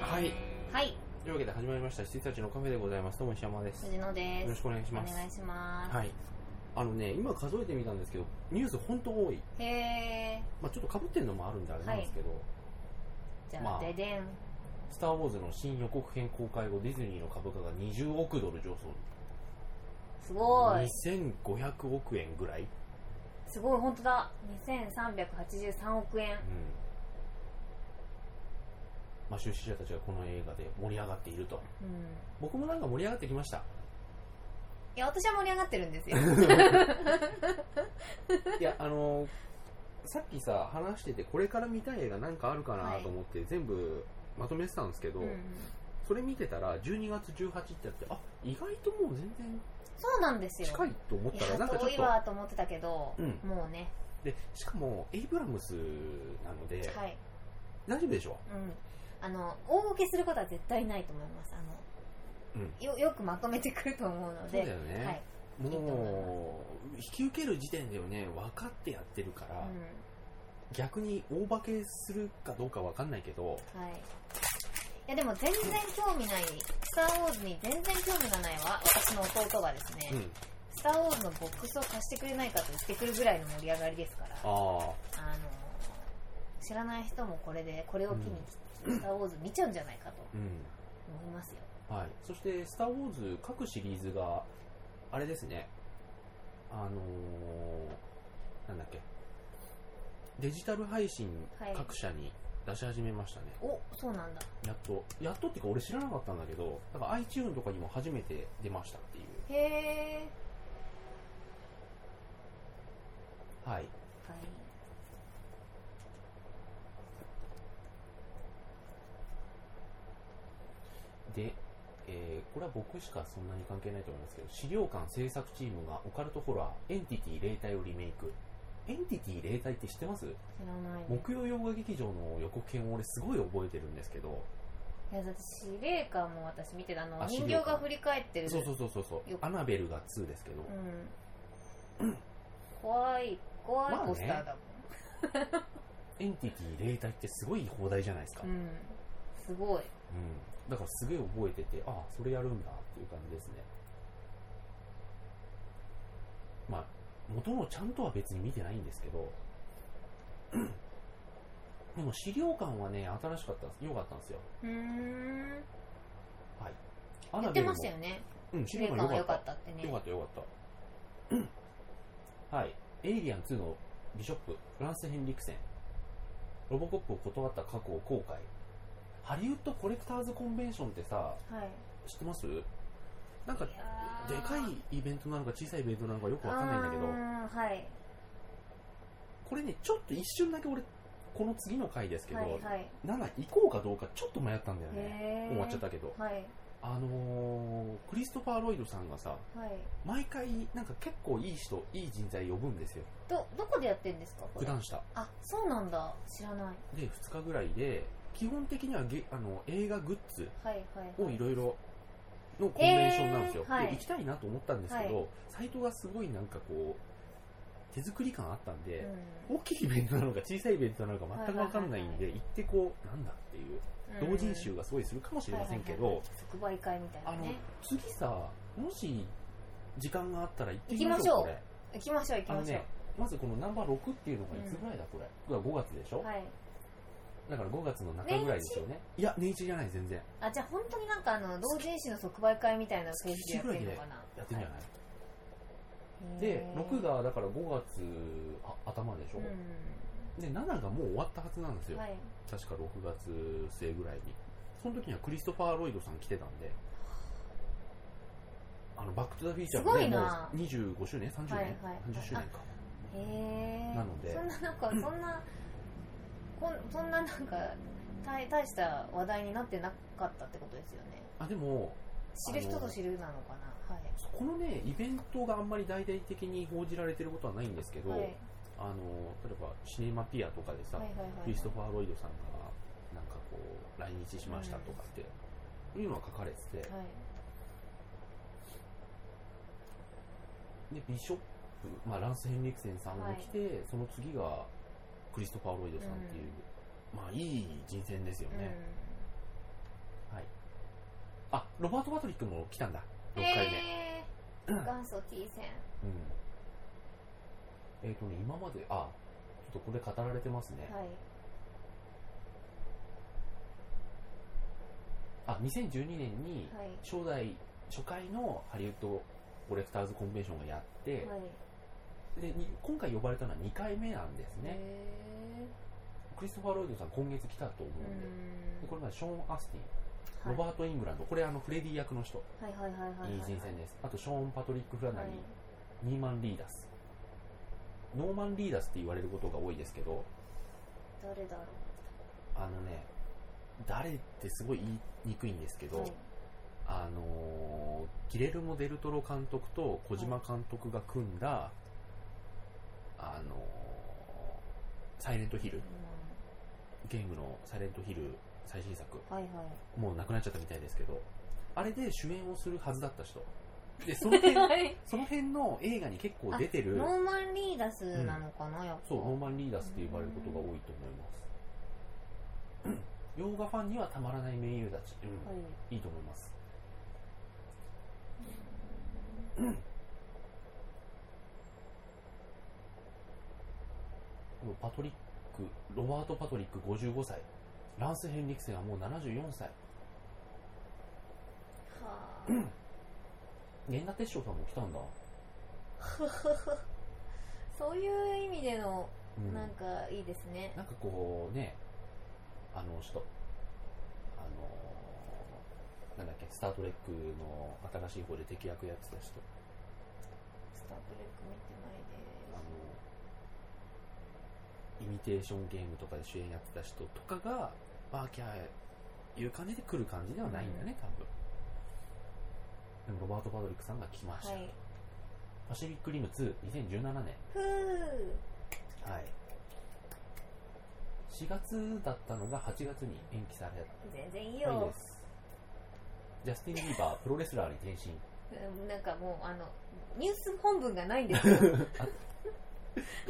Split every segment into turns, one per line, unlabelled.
はい、
というわけで始まりました、羊たちのカフェでございます。どうも石山です。よ
藤野です。
ろしくお願いし
お
ます。
願いします。
はい。あのね、今数えてみたんですけど、ニュース本当多い。
へ
まあちょっと被ってるのもあるんであれなんですけど、
ー、じゃあ、
まあ
ででん。
スター・ウォーズの新予告編公開後、ディズニーの株価が20億ドル上昇。
すごい。
2500億円ぐらい、うん、
すごい、本当だ。2383億円。
まあ、出資者たちがこの映画で盛り上がっていると
うん。
僕もなんか盛り上がってきました
いや、私は盛り上がってるんですよ。
いやあのさっきさ話しててこれから見たい映画なんかあるかなと思って、全部まとめてたんですけど、
うん
それ見てたら12月18ってやってあ意外ともう全
そうなんです
然
よ。
近いと思っ
い
たらなん
や、
かちょ
遠
っ
い
と
わと思ってたけど、
うん
もうね。
でしかもエイブラムスなので、
はい。
大丈夫でしょ
うん。あの、大受けすることは絶対ないと思います。あの、
うん
よよくまとめてくると思うの
そうだ
で。
よね、
はい。いいと
も
思
う引き受ける時点ではね分かってやってるから、
う
逆に大化けするかどうか分かんないけど
ん。はい。いや、でも全然興味ない。スター・ウォーズに全然興味がないわ。私の弟がですね。
うん
スター・ウォーズのボックスを貸してくれないかと言ってくるぐらいの盛り上がりですから、あ
あ
の知らない人もこれで、これを機に、スター・ウォーズ見ちゃうんじゃないかと
ーうん
思いますよ。
はい、そして「スター・ウォーズ」各シリーズがあれですねあのーなんだっけデジタル配信
はい
各社に出し始めましたね、
おそうなんだ。
やっとやっとっていうか俺知らなかったんだけどなんか iTune とかにも初めて出ましたってい
へえ。
うはい
はい。
で、えーこれは僕しかそんなに関係ないと思いますけど資料館制作チームがオカルトホラーエンティティ霊体をリメイクエンティティ霊体って知ってます
知らないね。
木曜洋画劇場の予告編を俺すごい覚えてるんですけど
いや、だって司令官も私見てた、あの、
あ
人形が振り返ってる。
そうそうそうそうそう
よ
アナベルが2ですけど、
うん。怖い、怖い
まあね
ポスターだ
エンティティ霊体ってすごい放題じゃないですか、
も。
うんん
うん。すごい。
だからすごい覚えててああそれやるんだっていう感じですねまあ元のちゃんとは別に見てないんですけど うんでも資料館はね新しかったんです良かったんですよ
うーん。
はいア
言ってましたよね。
うん資
司
料
令
館
官が
良
良
か
か
った
ったってね。
よかったよかった。はい。エイリアン2のビショップ、フランス・ヘンリクセン。ロボコップを断った過去を後悔。ハリウッドコレクターズコンベンションってさ、
はい。
知ってますなんか、で
いやー
かいイベントなのか小さいイベントなのかよくわかんないんだけど
う、ーんはい
これね、ちょっと一瞬だけ俺、この次の回ですけど、
はいはい
7行こうかどうかちょっと迷ったんだよね。
へー
終わっちゃったけど。
はい
あのー、クリストファー・ロイドさんがさ、
はい
毎回なんか結構いい人、いい人材呼ぶんですよ。
どどこでやってんですかこ
九
れ
段下。
あそうなんだ知らない
で2日ぐらいで基本的にはゲあの映画グッズ
はいはい
をいろいろのコンベンションなんですよ、
えーはい
で行きたいなと思ったんですけど、サイトがすごいなんかこう手作り感あったんで、大きいイベントなのか小さいイベントなのか全く分からないんで、行ってこうなんだっていう同人
知
集がすごいするかもしれませんけど、
即売会みたいな
あの
ね
次さもし時間があったら行ってみ
行きましょう
これ
行きましょう行き
あの
ましょ
ねまずこのナンバー6っていうのがいつぐらいだ、これこれ5月でしょ、
うはい
だから5月の中ぐらいですよねいや年一じゃない全然
あじゃあ本当になんかあの同人誌の即売会みたいなページでやってるのかな
やってんじゃない、
はい
で
へー
6がだから5月あ頭でしょ、
うん
で7がもう終わったはずなんですよ、
はい
確か6月末ぐらいにその時にはクリストファー・ロイドさん来てたんであのバック・トゥ・ザ・フィーチャーも,、
すごい
もう
な
25周年30年、
はいはい
30周年か
へえ
なので
そんななんかそんなこんそんななんか大大した話題になってなかったってことですよね
あでも
知る人ぞ知るなのかなはい
このねイベントがあんまり大々的に報じられてることはないんですけど、
はい
あの例えばシネマピアとかでさ、
はいはいはい
クリストファー・ロイドさんがなんかこう来日しましたとかって、いうのは書かれてて、
はい
でビショップ、まあ、ランス・ヘンリクセンさんが来て、その次がクリストファー・ロイドさんっていう、まあいい人選ですよね、はいロバート・パトリックも来たんだ。6回目。
へえ
うん
元祖 T 戦
うん。えっ、とね、今まで、あ、ちょっとこれ語られてますね。
はい
あ、2012年に、
はい
初代、初回のハリウッドコレクターズコンベンションがやって、
はい
でに今回呼ばれたのは2回目なんですね。
へ
クリストファー・ロイドさん今月来たと思
え
うんで。でこ
う
れまでショーン・アスティン、
ん
ロバート・イングランド、これあのフレディ役の人、
はいはいはいはいはい
いい人選です。あとショーン・パトリック・フラナ
は
リ
い
ー、ニーマン・リーダス。ノーマン・リーダスって言われることが多いですけど、
誰だろ
あのね、誰ってすごい言いにくいんですけ
う
ど、
はい
あのーギレルモ・デルトロ監督と小島監督が組んだ、あのーサイレントヒル、
う
ゲームのサイレントヒル最新作、
んはいはい
もう亡くなっちゃったみたいですけど、あれで主演をするはずだった人。で、その 辺、その辺の映画に結構出てる、
ノーマン・リーダスなのかな、やっぱ
そう、ノーマン・リーダスって呼ばれることが多いと思います。 洋画ファンにはたまらない名優たち。うん
はい
いいと思います。でもパトリック、ロバート・パトリック55歳、ランス・ヘンリクセンはもう74歳、
はあ
源田鉄章さんも来たんだ。
そういう意味での
うん、
なんかいいですね、
なんかこうね、あの人、あのーなんだっけ、スター・トレックの新しい方で敵役やってた人、
スター・トレック見てない
あ
で
のイミテーションゲームとかで主演やってた人とかが、ワーキャーいう感じで来る感じではないんだね、多分。でも、ロバート・パドリックさんが来まし
す
た。
はい
パシフィック・リム2、2017年。
ふう
はい。4月だったのが8月に延期された。
全然いい
はい
よ
で、す。ジャスティン・ビーバー、プロレスラーに転身。
うんなんかもうあのニュース本文がないんですよはい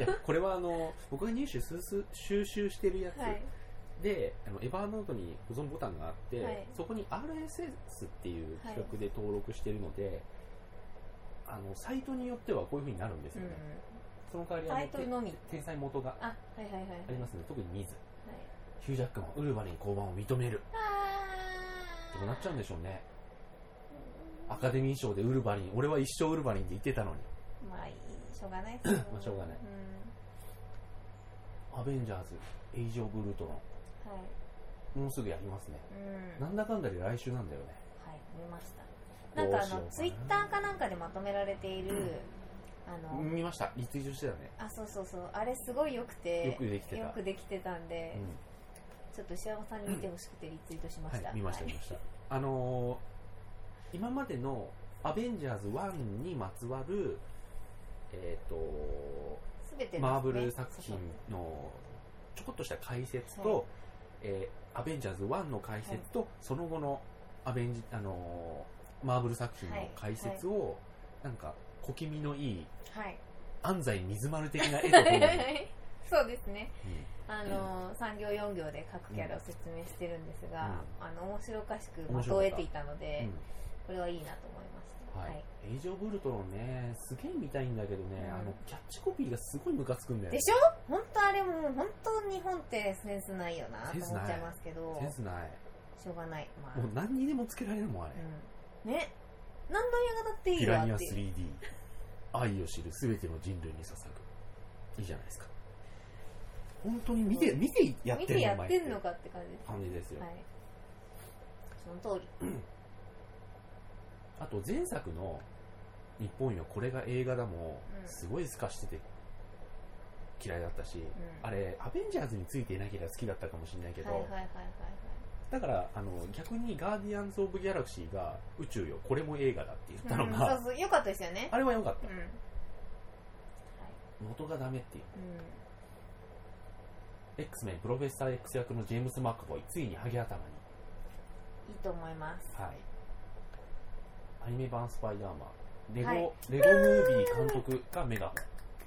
や、これはあの、僕が入手すす収集してるやつ、
い
で、あのエヴァーノートに保存ボタンがあって、
はい
そこに RSS っていう企画で登録してるので、あの、サイトによってはこういう風になるんです
う
よね。
ん
その代わり
タイトルのみ
天才元が
あはいはいはいはい
ありますので、特にニーズ。
はい
ヒュージャックマン、ウルヴァリン降板を認める。
あ
ど
ー
うなっちゃうんでしょうね。アカデミー賞でウルヴァリン、俺は一生ウルヴァリンって言ってたのに。
まあいいしょうがないですよ
まあしょうがない
ん
アベンジャーズ、エイジ・オブ・ウルトロン。
はい
もうすぐやりますね。
うん
なんだかんだで来週なんだよね。
はい、見ました。なんかあの
どう、し
ツ
よ
イ
う
ッ
かな
ターかなんかでまとめられている、あの、
見ました。リツイートしてたね。
あ、そうそうそう、あれすごい良くて、
よくできてた。
よくできてたんで、
うん
ちょっと石山さんに見てほしくてリツイートしま
は
した。
い、見ました、
はい
見ました。あのー今までのアベンジャーズ1にまつわる、えっ、と、
すべてですね
マーブル作品
そう
のちょこっとした解説
は
と、えーアベンジャーズ1の解説と、その後のアベンジ、あのーマーブル作品の解説を、なんか、小気味のいい、
そうはい。
安西水丸的な絵とと もに、
そうですね。
うん
あの、3行4行で各キャラを説明してるんですが、あの、面白おかしく
面
ま
白かっ
と
た
えていたので、
うん
これはいいなと思いました。
はい、エイジ・オブ・ウルトロンね、すげえ見たいんだけどね、
うん
あのキャッチコピーがすごいムカつくんだよ
で
ね。
しょ本当あれもう本当日本ってセンスないよなと思っちゃいますけど
センスない。
しょうがないまあ、
もう何にでもつけられるもん、あれ。
うん、ね何の映画だっていい
ピラ
わ
ニア
っていう
3D。愛を知る全ての人類に捧ぐ。いいじゃないですか。本当に見て、
う
見てやっ
見
てんの
てや
お前
ってんのかって感じで
感じです
す
よ。
はいその通り
あと前作の日本よ、これが映画だも、
うん
すごい透かしてて嫌いだったし、
ん
あれ、アベンジャーズについていなければ好きだったかもしれないけど、
はいはいはいはいはい
だからあの逆にガーディアンズ・オブ・ギャラクシーが宇宙よ、これも映画だって言ったの
はい
が、
うん、そうそうよかったですよね
あれは良かっ
う
た
ん、はい
元がダメっていう、
うん
X メンプロフェッサー X 役のジェームス・マッカボイ、ついにハゲ頭に、
いいと思います
はい、アニメ版スパイダーマン、レゴ,、
はい
レゴムービー監督がメガホ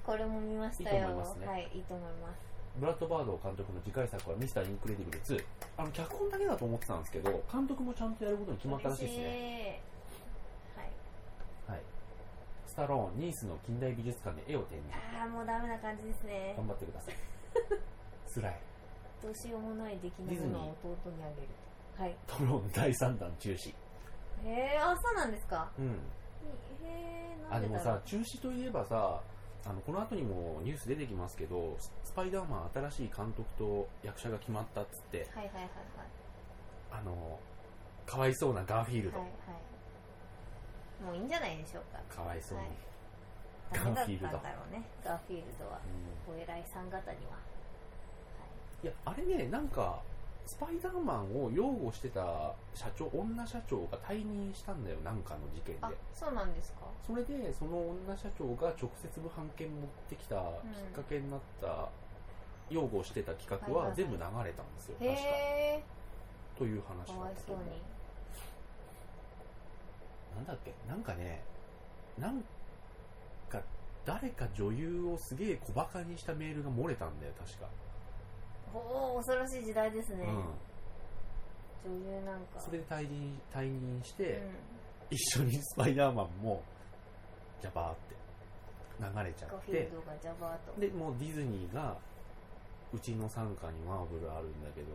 これも見ました
いい
よ
と思いますね
はいいいと思います
ン、ブラッド・バード監督の次回作はミスター・インクレディブル2。あの、脚本だけだと思ってたんですけど、監督もちゃんとやることに決まったらしいですね。
ねはい
はい。スタローン、ニースの近代美術館で絵を展示。
ああもうダメな感じですね
頑張ってく ださい。辛い。
どうしようもない出来のものを弟にあげるとはい
トローン第3弾中止。
へえあそうなんですか
うん。
へえな
あ
ん
で
で
も
だろう
さ中止といえばさあのこの後にもニュース出てきますけどススパイダーマン新しい監督と役者が決まったっつって
はいはいはいはい
あのかわいそうなガーフィールド、
はいはいもういいんじゃないでしょうか
かわいそうに、
はい
ガーフィールド
ダメだったんだろうねガーフィールドは
うん
お偉いさん方には、はい
いやあれねなんかスパイダーマンを擁護してた社長女社長が退任したんだよなんかの事件
あ
で
そうなんですか
それでその女社長が直接無判件持ってきたきっかけになった、擁護してた企画
はい
は
はい
全部流れたんですよ、
へ
確か
え
という話
か
だ
わ
っ
い
たと
そう
思う
に
なんだっけなんかねなんか誰か女優をすげえ小バカにしたメールが漏れたんだよ確か、
おお恐ろしい時代ですね、女優なん
うん、
か
それで退任退任して、
うん、
一緒にスパイダーマンもジャバーって流れちゃ
ガー
っ
フィー
て
ルドがジャバーと
でもうディズニーがうちの傘下にマーブルあるんだけど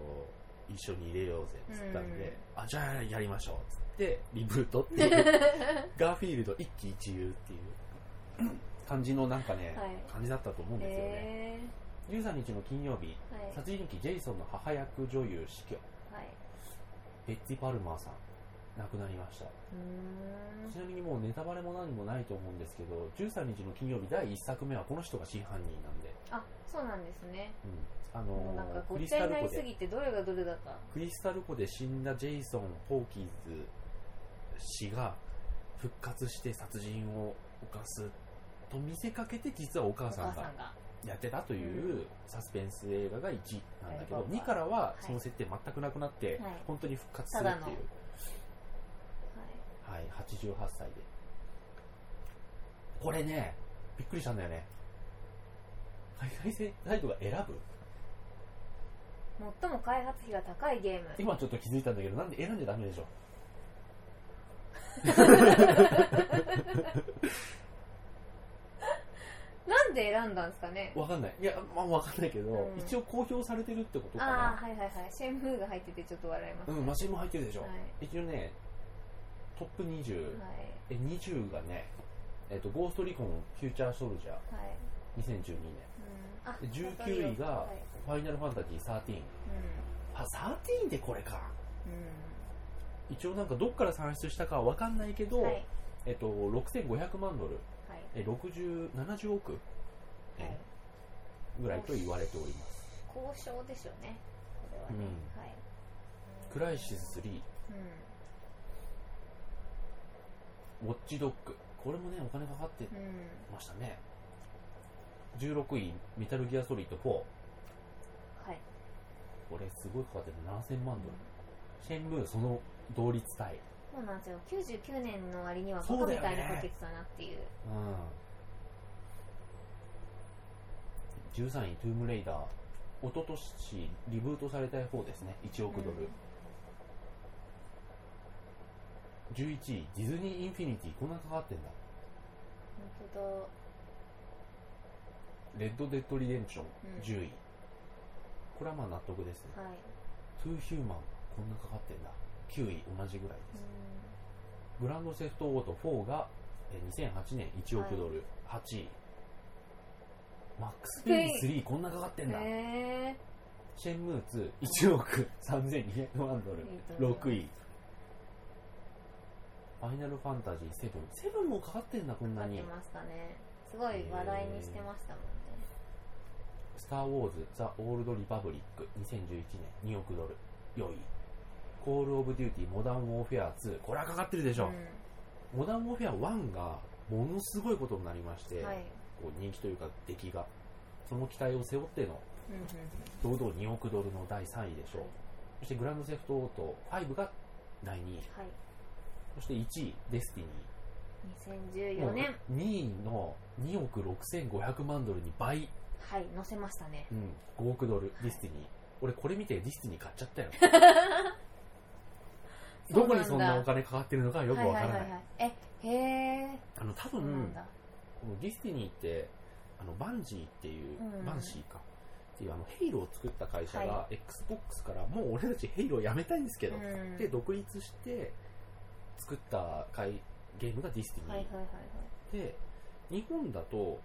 一緒に入れようぜっつったんで、あじゃあやりましょうっつってリブートって いうガーフィールド一喜一憂っていう感じのなんかね、
はい
感じだったと思うんですよね。
へ
13日の金曜日、
えはい
殺人鬼ジェイソンの母役女優死去、
はい
ベッティ・パルマーさん、亡くなりました。
うーん
ちなみにもうネタバレも何もないと思うんですけど、13日の金曜日第1作目はこの人が真犯人なんで、
あそうなんですね
うん、あ
もうなん
の
か
ー
ご
ク
っ
リ
ち
ス
ゃ
タ
に
ル
な
湖
りす
で、
ぎてどれがどれだか
クリスタル湖で死んだジェイソン・ホーキーズ氏が復活して殺人を犯すと見せかけて実はお
お
母さんが
が
やってたというサスペンス映画が1なんだけ
は
ど
い
2からはいその設定全くなくなって
はい
本当に復活するっていう、
は
はい、88歳でこれねびっくりしたんだよね海外製ライドが選ぶ
い最も開発費が高いゲーム
今ちょっと気づいたんだけどなんで選んじゃダメでしょ
なんで選んだんですかね
わかんないいやまあわかんないけど、
うん
一応公表されてるってことか
あ
な
あはいはいはいシェンムーが入っててちょっと笑いま
う
す
んマシンも入ってるでしょ、
はい
一応ねトップ20、
はい
え20がねえっとゴーストリコンフューチャーソルジャー
はい
2012年
うんあ
で19位が
はい
ファイナルファンタジー13あ13ってこれか
う
一応なんかどっから算出したかは分かんないけど、
んうんはい
えっと、6500万ドル
はい
え60 70億
は
え
い
ぐらいと言われております
交渉でしょうねこれはね
う
はい
クライシス3
う
ウォッチドッグこれもねお金かかって
んうん
ましたね16位メタルギアソリッド4こ
はい
れすごいかかってる7000万ドル、
も
シェンムーその同率対
うなんですよ99年の割には
そ
バ
う
カ
だよね
みたいにかけてたなっていう
うん、13位、トゥームレイダー、一昨年リブートされた方ですね、1億ドル。
うん
11位、ディズニー・インフィニティ、こんなかかってんだ。
本当だ
レッド・デッド・リデンプション、
うん
10位。これはまあ納得ですね。
はい、
トゥー・ヒューマン、こんなかかってんだ。9位、同じぐらいです。
う
グランドセフト・オート4がえー2008年1億ドル、8位。マックス・ペイン3、こんなかかってん
ん、
だ。
へえ
シェンムー2、1億3200万ドル、6位。ファイナルファンタジー7。セブンもかかってんだ、こんな
かかって
に。
ましたねすごい話題にしてましたもんね
スター・ウォーズ、ザ・オールド・リパブリック、2011年、2億ドル、4位。コール・オブ・デューティー、モダン・ウォーフェア2。これはかかってるでしょ。モダン・ウォーフェア1が、ものすごいことになりまして、
うん、はい、
こう人気というか、出来が。その期待を背負っての、
うんうん
堂々2億ドルの第3位でしょう。そしてグランドセフト・オート5が第2位。
はい
そして1位、デスティニー。
2014年
2位の2億6500万ドルに倍
はい載せましたね
うん、5億ドル、ディスティニー。俺これ見てディスティニー買っちゃ ったよ。どこにそんなお金かかってるのかよくわから
は
ない
はいはい
い。
はい、えへえ
あの、多
そうなん
分、
だ、
このディスティニーって、あの、バンジーっていう、
うん
バンシーか。っていうあのヘイローを作った会社が
は
XBOX からもう俺たちヘイローやめたいんですけど、
うん
で独立して作った会ゲームがディスティニー、
はいはいはいはい
で日本だと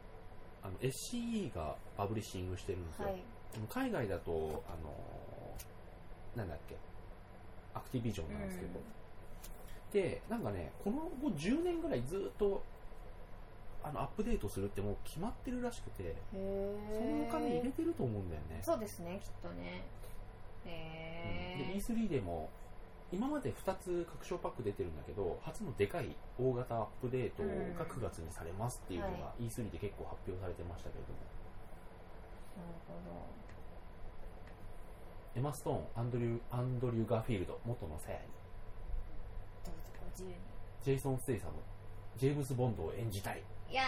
あの SCE がパブリッシングしてるんですよ、
はい
でも海外だとあのーなんだっけアクティビジョンなんですけど、でなんかねこの後10年ぐらいずっとあのアップデートするってもう決まってるらしくて
うんへ
そ
え
のお金入れてると思うんだよね、
そうですねきっとねへ
うんで
え
E3 でも今まで2つ拡張パック出てるんだけど初のでかい大型アップデートが9月にされますっていうの
うん
が E3 で結構発表されてましたけれども、
なるほ
エ
ど
マ・ストーンアンドリューアンドリュー・ガーフィールド元のサヤに
どうぞご自由に
ジェイソン・ステイサム、ジェームズ・ボンドを演じたい。
いや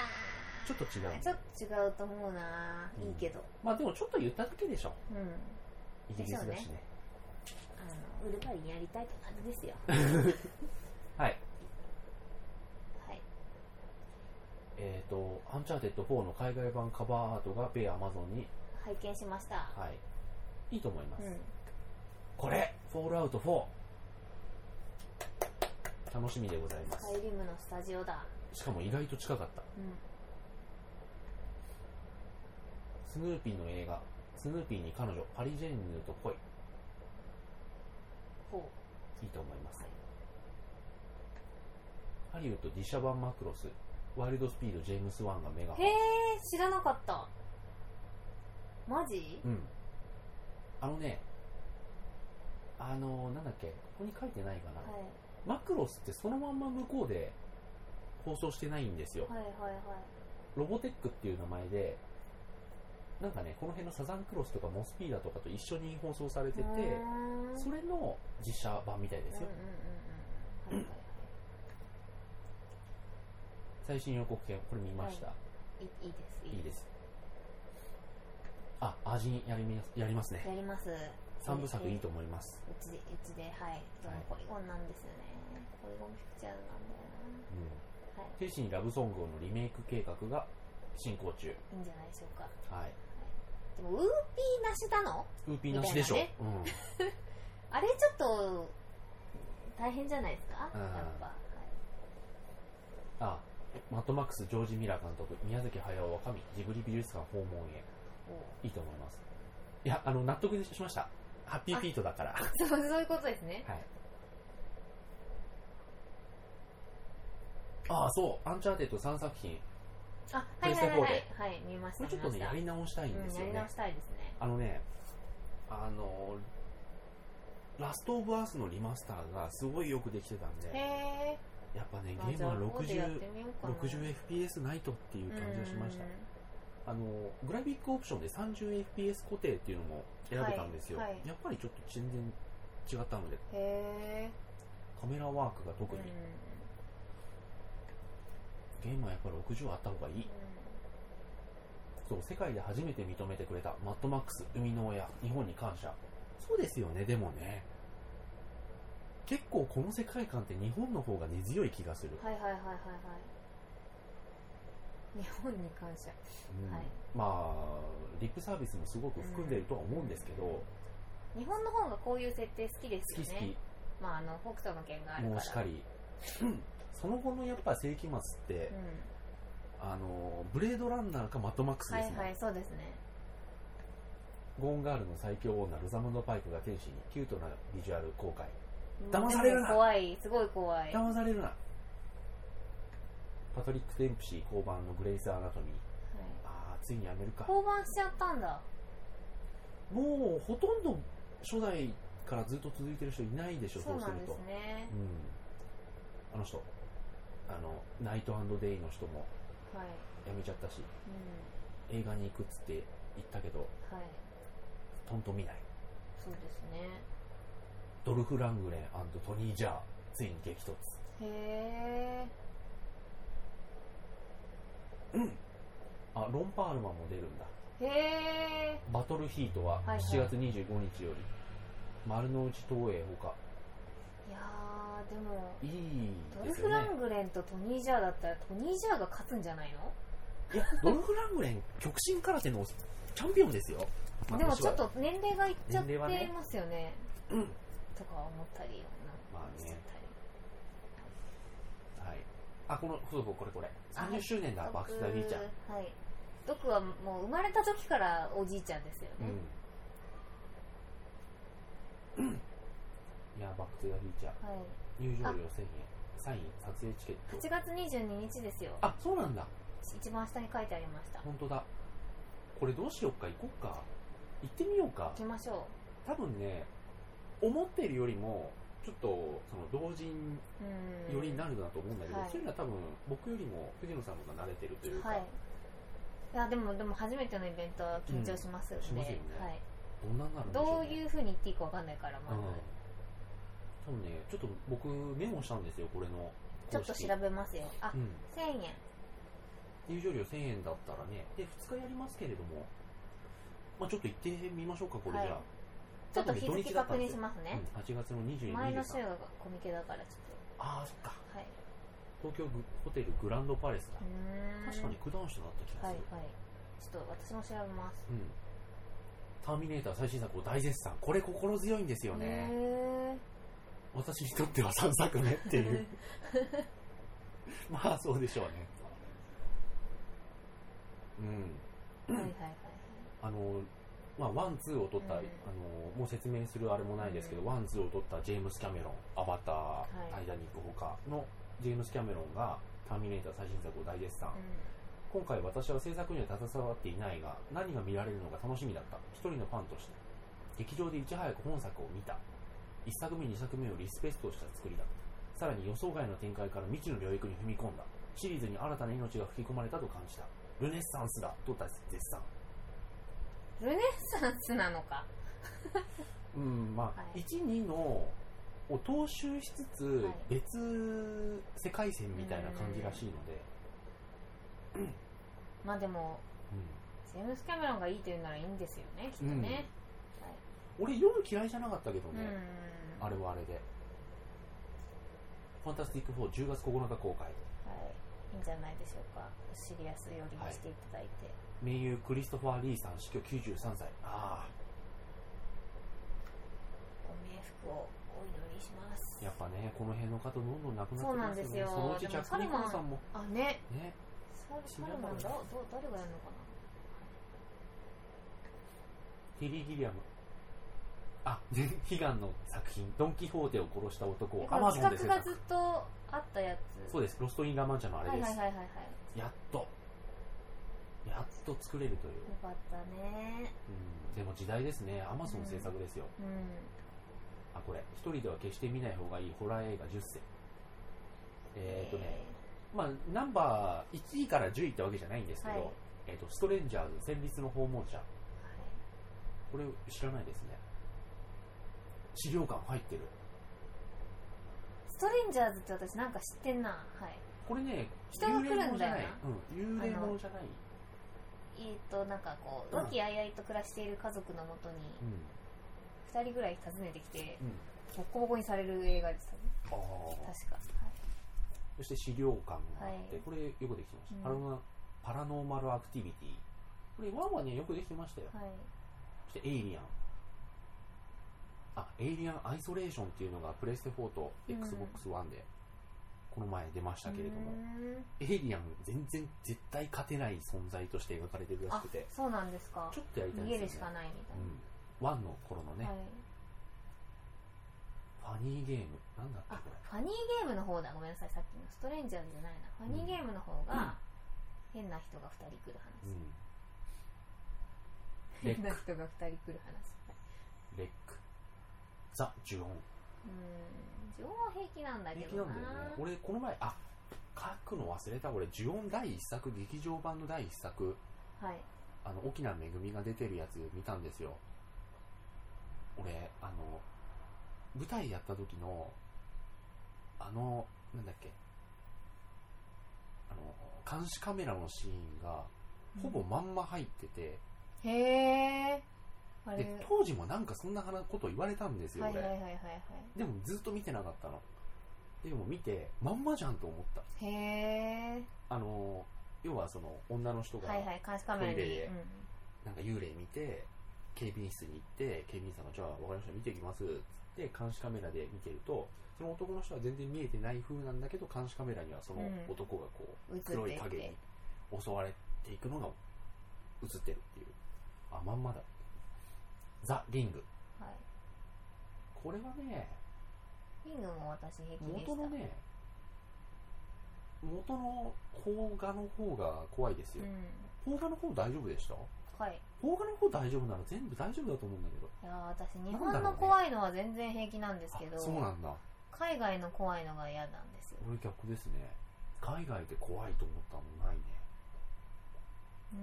ー
ちょっと違う
ちょっと違うと思うな、
うん
いいけど
まあでもちょっと言っただけでしょ。
うん
イギリスだしね。
でしょうあの売るたびにやりたいって感じですよ
はい。
はい
えっ、と、アンチャーテッド4の海外版カバーアートが米アマゾンに、
拝見しました
はい。いいと思いま
う
す。
ん
これフォールアウト4楽しみでございま
スカイ
す。
リムのスタジオだ
しかも意外と近かった。
うん
スヌーピーの映画、スヌーピーに彼女、パリジェンヌと恋、い
ほ
いと思います
はい。
ハリウッド、ディシャバン・マクロス、ワイルドスピード、ジェームス・ワンがメガホ
う
ン
へえ知らなかったマジ
うん。あのね、あのなんだっけ、ここに書いてないかな、
はい
マクロスってそのまんま向こうで放送してないんですよ。
はいはいはい
ロボテックっていう名前で、なんかね、この辺のサザンクロスとかモスピーダとかと一緒に放送されてて、
うーん
それの実写版みたいですよ。
うんうんうんうんはいはいは
最新予告編、これ見ました。
いいいいです
いいです。あ、アジンやりみやりますね。
やります
3部作いいと思います。
うちでうちではいでもポリゴンなんですよね、ポリゴンピクチャーズなんだよ
うん
はい
精神ラブソングのリメイク計画が進行中。
ないいんじゃないでしょうか
はい。
でもウーピーなしなの
ウーピーなしでしょ。
みたいあれちょっと大変じゃないですか
う
や
ん
っぱ、はい
うん。あ、マットマックス、ジョージ・ミラー監督、宮崎駿若見、ジブリ美術館訪問へ。
お
いいと思います。いや、あの、納得しました。ハッピーピートだから。は
う そうそういうことですね
い。ああ、そう。アンチャーテッド3作品。
あはいはいはい
プ
は
レ
い
ス、
はい、見まし
こ
た
れちょっとね、やり直したいん
う
で
ん
す
や
よ
り
ね
直。したいですね
あのね、あの、ラストオブアースのリマスターがすごいよくできてたんで。
へえ
やっぱね、ゲームは60、60fps ないとっていう感じがしました。あの、グラフィックオプションで 30fps 固定っていうのも選べたんですよ。
はいはい
やっぱりちょっと全然違ったので、
へえ
カメラワークが特に、ゲームはやっぱり60あった方がいい。そう、世界で初めて認めてくれた、マットマックス、生みの親、日本に感謝。そうですよね、でもね。結構この世界観って日本の方が根強い気がする。
はいはいはいはいはい日本に感謝
うん
はい
まあ、リップサービスもすごく含んでるとは思うんですけど、
日本の方がこういう設定好きですよ
好
ね
き好き。
まああの北斗の剣があるから
もうしかり、その後のやっぱ世紀末って、
うん
あのブレードランナーかマットマックス
は
です
い
ね、
はいそうですね
ゴーンガールの最強女ルザムンド・パイクが天使にキュートなビジュアル公開騙されるな
でも怖いすごい怖い
騙されるなパトリック・テンプシー降板のグレイス・アナトミー
はい
あーついにやめるかも
降板しちゃったんだ
うほとんど初代からずっと続いてる人いないでしょ
そうなんですね
うん、あの人あのナイトデイの人も
はい
やめちゃったし
う
映画に行くっつって言ったけど
んはい
とんと見ない
そうですね
ドルフ・ラングレントニー・ジャーついに激突
へえ
あロン・パールマンも出るんだ
へへえ
バトルヒートは
はいはい
7月25日より、丸の内東映ほか、
いやーでも
いい
ドル
です
フ・
よ
ラ
ね。
ングレンとトニー・ジャーだったらトニー・ジャーが勝つんじゃないの
いや、ドルフ・ラングレン、極真空手のチャンピオンですよ。まあ
でもちょっ。
私は
と年齢がいっちゃって
年齢はね
ますよね
うん
とか思ったりなん
ま
か
あ
しちゃっ
ね
たり
はい。あ、この、そうそう、これこれ。
は
30
い
周年だ、バックスター・フューチャー。
僕はい僕はもう生まれた時からおじいちゃんですよ
うん
ね、。
いや、バックスター・フューチャー。
はい
入場料1000円。サイン、撮影チケット。
8月22日ですよ
あ、そうなんだ。
一番下に書いてありました
本当だ。これどうしよっか、行こっか。行ってみようか
行。きましょ
多分ね、思ってるよりも、ちょっと、その、同人
ううん
よりになるなと思うんだけど、
はい
そういうのは多分、僕よりも藤野さんの方が慣れてるというか、
はいいやでもでも初めてのイベントは緊張しますので、
うんしますよね
はい、
どんなんなるんでし
ど
ょう、
う
ね。
いうふうに言っていいかわかんないからま
う
ず、
ん。多分ね、ちょっと僕、メモしたんですよ、これの。
ちょっと調べますよあ、
うん。
1000円
入場料1000円だったらね、で、2日やりますけれども、まあちょっと行ってみましょうか、これじゃあ。
はいちょっと日付確認しますね、
うん、8月の22日。
前の週がコミケだからちょっ
ああ、そっか。
とはい
東京グホテルグランドパレスだ。
うーん
確かに九段下だった気が
はい
す
はい
る。
ちょっと私も調べます
うん。ターミネーター最新作を大絶賛。これ心強いんですよね。
へ
私にとっては3作目って
え
いう まあそうでしょうねうん
はいはいはい
あのまあワンツーを撮った、
うん
あのもう説明するあれもないですけど、ワンツーを撮ったジェームス・キャメロン「アバター」タイ
い
タニック」ほかのジェームス・キャメロンが「ターミネーター」最新作を大絶賛、今回私は制作には携わっていないが何が見られるのか楽しみだった一人のファンとして劇場でいち早く本作を見た一作目二作目をリスペクトした作りださらに予想外の展開から未知の領域に踏み込んだシリーズに新たな命が吹き込まれたと感じたルネッサンスだと絶賛
うんルネッサンスなのか
うんまあ、
はい
12のを踏襲しつつ、
はい
別世界線みたいな感じらしいので、
まあでもジェームス・キャメロンがいいというならいいんですよねきっとね、
うん、俺夜嫌いじゃなかったけど
うん
ね、あれはあれで。ファンタスティック4、10月9日公開。
はい、いいんじゃないでしょうかシリアス寄りにしていただいて、
名優クリストファー・リーさん、死去93歳。あ
ご冥福をお祈りします
あ、やっぱね、この辺の方どんどん亡くなってますよね。
そう
の
なんですよ
うちジャック・ニコルさんも。
あね
ね、
サルサルマンだどう誰がやるのかな
ティリー・ギリアム。あ、で悲願の作品、ドン・キホーテを殺した男をアマ
こ
ゾ
の
ンで制
企画がずっ
作。
とあったやつ
そうです、ロスト・イン・ラ・マンチャのあれ
はい
です。
はいはいはいはい
やっと。やっと作れるという。
よかったね
うん、でも時代ですね、アマゾン制作ですよ。
うん
あこれ一人では決して見ない方がいいホラー映画10選えっ、とね、まあナンバー1位から10位ってわけじゃないんですけど、
はい
えー、とストレンジャーズ戦慄の訪問者
え
これ知らないですね資料館入ってる
ーストレンジャーズって私なんか知ってんなはい
これね
人が来るんだよな
幽霊ものじゃない、うん、幽霊ものじゃない、
えー、となんかこう
うん
和気あいあいと暮らしている家族のもとに2人ぐらい訪ねてきて
うんうん、
ボッコボコにされる映画ですよね
ああ
確か、は
そして資料館があって、
はい
これよくできてました、パ
うん
ラノパラノーマルアクティビティこれワンはねよくできてましたよ
いはい、
そしてエイリアン。あ、エイリアンアイソレーションっていうのがプレステ4と Xbox One で、この前出ましたけれども、
う
エイリアン全然絶対勝てない存在として描かれてる
ーん
ら
あ
しくて、
そうなんですか
ちょっとやりたい
逃
で
げ
すよね。
るしかないみたい
うん。1の頃のね
な、、はい、
ファニーゲーム。なんだっけ
あ
これ。
ファニーゲームの方だごめんなさいさっきのストレンジャーズじゃないなファニーゲームの方が変な人が2人来る話、
うん。レッ
変な
ク、
人が2人来る話はい
レック。ザ・ジュオン。
うーん情報平気なんだけ
平気
ど
な
なん
だよね。俺、この前、あ、書くの忘れた。俺、ジュオン第1作、劇場版の第1作。
はい
あの、沖縄めぐみが出てるやつ見たんですよ。俺、あの、舞台やった時の、あの、なんだっけ、あの、監視カメラのシーンが、ほぼまんま入ってて、
へえあれ
で当時もなんかそんなこと言われたんですよ、
はいはい
俺、
はいはいはい
でもずっと見てなかったのでも見てまんまじゃんと思った
へえ
あの要はその女の人が
はいはい監視カメラに
トイレで
うん
なんか幽霊見て警備員室に行って警備員さんが「じゃあ分かりました見てきます」っつって監視カメラで見てるとその男の人は全然見えてない風なんだけど監視カメラにはその
うん
男がこう、
映っていて
黒い影に襲われていくのが映ってるっていうあまんまだザ・リング
はい
これはね
リングも私平気でした
元のね元の邦画の方が怖いです
う
よ邦
ん
画の方大丈夫でした
はい
邦画の方大丈夫なら全部大丈夫だと思うんだけど
いやー私日
なんだ
本
ろう
の
ね
怖いのは全然平気なんですけど、
あそうなんだ
海外の怖いのが嫌なんですよ
俺逆ですね海外で怖いと思ったのないね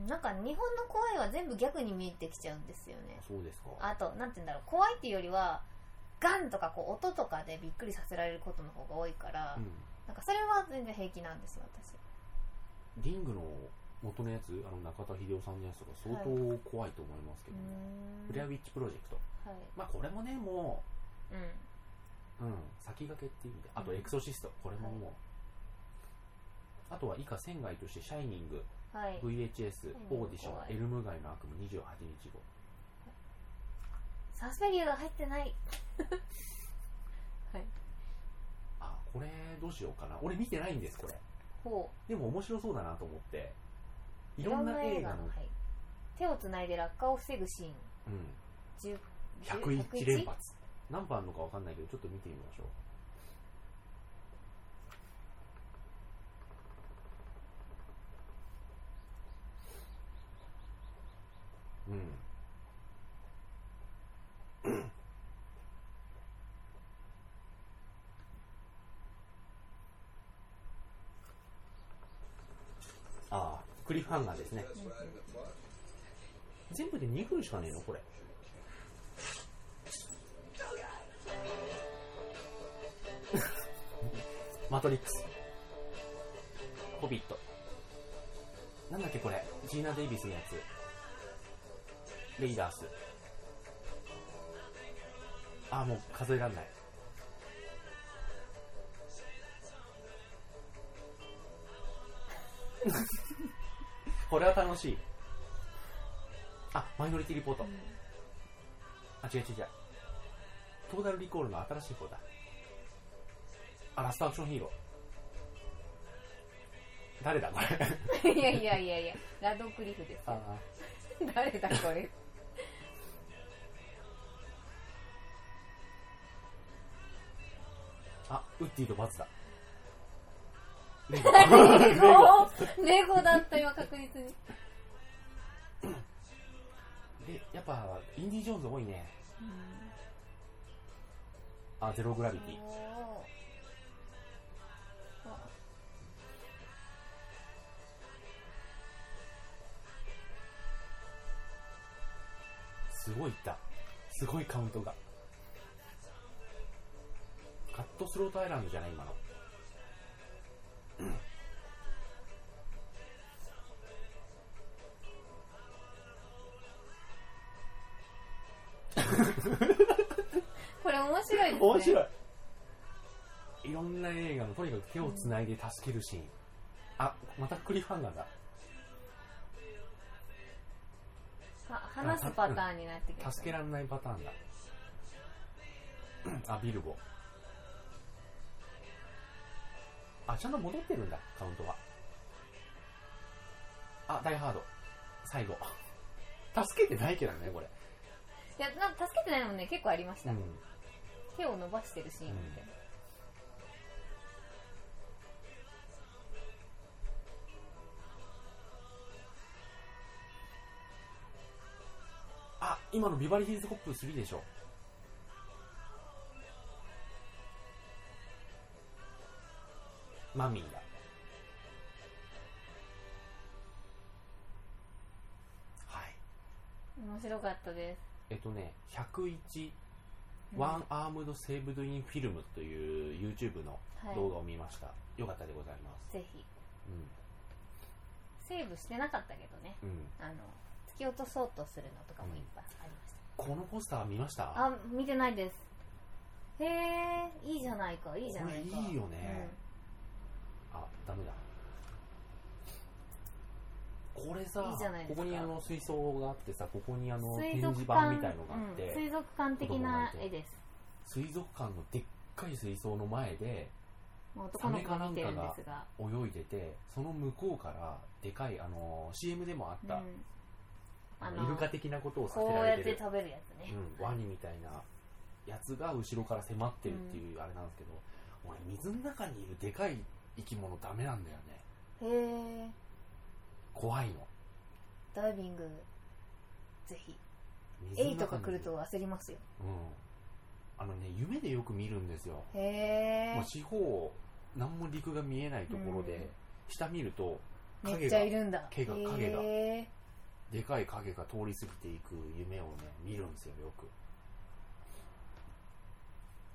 うんなんか日本の怖いは全部逆に見えてきちゃうんですよね
そうですか
あとなんて言うんだろう怖いっていうよりはガンとかこう音とかでびっくりさせられることの方が多いから、
うん
なんかそれは全然平気なんですよ私
リングの元のやつあの中田秀夫さんのやつとか相当怖いと思いますけ
う
どね、
ーん
フレアウィッチプロジェクト
はい
まあこれもねも
うん
う、うん、先駆けっていう意味であと
うん
エクソシストこれももう、あとは以下仙外としてシャイニング
はい
VHS
うん
オーディショ
怖
ン
い
エルム街の悪夢28日後
サスペリアが入って ないはい
あこれどうしようかな俺見てないんですこれ
ほ
でも面白そうだなと思って
う
いろんな映画の、
はい、手をつないで落下を防ぐシーン
うん、
10
101連発何番のか分かんないけどちょっと見てみましょううんああクリフハンガーですね全部で2分しかねえのこれマトリックス。ホビット。なんだっけこれ。ジーナ・デイビスのやつ。レイダース。あ、もう数えらんない。 これは楽しい。あ、マイノリティリポート。あ、違う違う違う。トータルリコールの新しい方だ。あ、ラストアクションヒーロー。誰だこれ。
いやいやいやいや、ラドクリフです
あ
よ。誰だこれ。
あ、ウッディとバズだ。
猫猫だった今確実に。
で、やっぱ、インディ・ジョーンズ多いね。あ、ゼログラビティ。
おーあ
すごいいった。すごいカウントが。カットスロートアイランドじゃない今の。
これ面白いですね。
面白いいろんな映画のとにかく手をつないで助けるシーン、あまたクリフハンガーだ
は話すパターンになってきました
助け
ね。
られないパターンだ うんあビルボあちゃんと戻ってるんだカウントはあダイハード最後助けてないけどねこれ、
いや、なんか助けてないのもね、結構ありまし
う
た。
ん、
手を伸ばしてるシーンみたいな。
あ今のビバリーヒルズコップ3でしょマミーだはい
面白かったです。
えっとね101ワンアームドセーブドインフィルムという YouTube の
はい
動画を見ました、よかったでございます
ぜひ。
うん
セーブしてなかったけどね。
うん
あの、き落とそうとするのとかもいっぱいありまし
このポスター見ました
た、あ見てないですへえいいじゃないかいいじゃないか
これいいよねあダメだこれさ
いいじゃないで
こ
す
こに
か
あの水槽があってさここにあ
う
の
ん
展
水
示
族
板
館
みたいのがあって、
うん水族館的な絵です
水族館のでっかい水槽の前で
もう男の子が見てるんですが
泳いでてその向こうからでかいあの CM でもあった、
うんあ
イル
の
カ的なことをさせ
こう
ら
や
れ
って
る
て食べるやつね、
うん、ワニみたいなやつが後ろから迫ってるっていうあれなんですけど、俺水の中にいるでかい生き物ダメなんだよね
へえ
怖いの
ダイビングぜひ
水の
A と
中
か
に
来ると焦りますよ
うんあのね夢でよく見るんですよ
へえ
もう四方何も陸が見えないところで、
うん
下見ると影が
めっちゃいるんだ
毛が影が
へえ
でかい影が通り過ぎていく夢をね見るんですよよく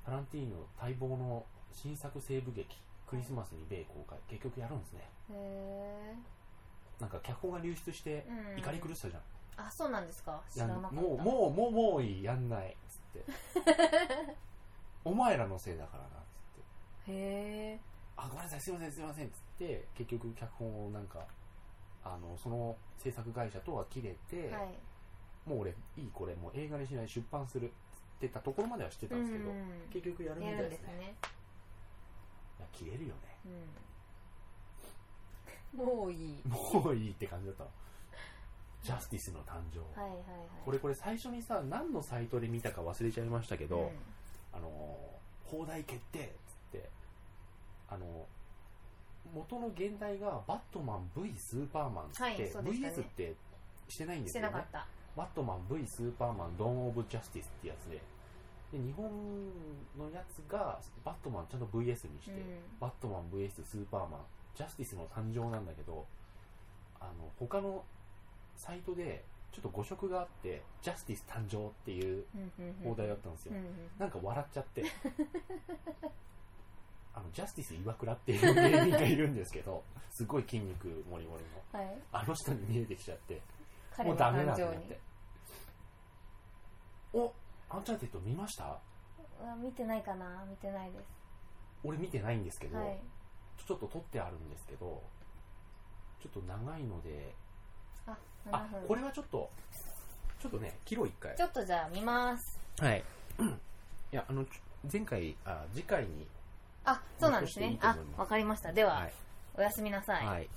タランティーノ待望の新作西部劇クリスマスに米公開結局やるんですね
へ
なんか脚本が流出して
えうん
怒り狂ってたじゃん、
あそうなんですか知
や
ら
ん
なかった
もうもうもうもういいやんないっつ ってお前らのせいだからなっつって
へえ
あごめんなさいすいませんすいませんっつって結局脚本をなんかあのその制作会社とは切れて、
はい
もう俺いいこれもう映画にしない出版するっつってたところまではしてたんですけど、
うん
結局やるみた
や
い
るん
で
ですす
ね
ね
いや切れるよね
うんもういい
もういいって感じだったのジャスティスの誕生、
はいはいはい
これこれ最初にさ何のサイトで見たか忘れちゃいましたけど、
うん
あのー放題決定っつってあのー元の現代がバットマン V スーパーマンっつって、
はいそうでしたね
VS ってしてないんで
し
すよ
てな
ね
かった
バットマン V スーパーマンドーン・オブ・ジャスティスってやつでで日本のやつがバットマンちゃんと VS にして、
うん
バットマン VS スーパーマンジャスティスの誕生なんだけどあの他のサイトでちょっと誤色があってジャスティス誕生っていう
うんうんうん
放題だったんですよ、
うんうん
なんか笑っちゃって あのジャスティス岩倉っていう芸人がいるんですけどすごい筋肉もりもりの
はい
あの人に見えてきちゃって
彼
もう
の
ダメな
感
んだ
情
っ
に
て。おアンチャーテッド見ました
うわ見てないかな見てないで
俺見てないんですけ
す
ど、
はい
ちょっと撮ってあるんですけど、ちょっと長いので、
あ
あ
7、分
これはちょっと、ちょっとね、切ろう一回
ち。ょっとじゃあ見ます
はい。 いや、あの、ちょ前回、あ次回に、
あそうなんです
もう少しでい
ね
いと思
あ
います
わかりましたでは、
はい
おやすみなさい
はい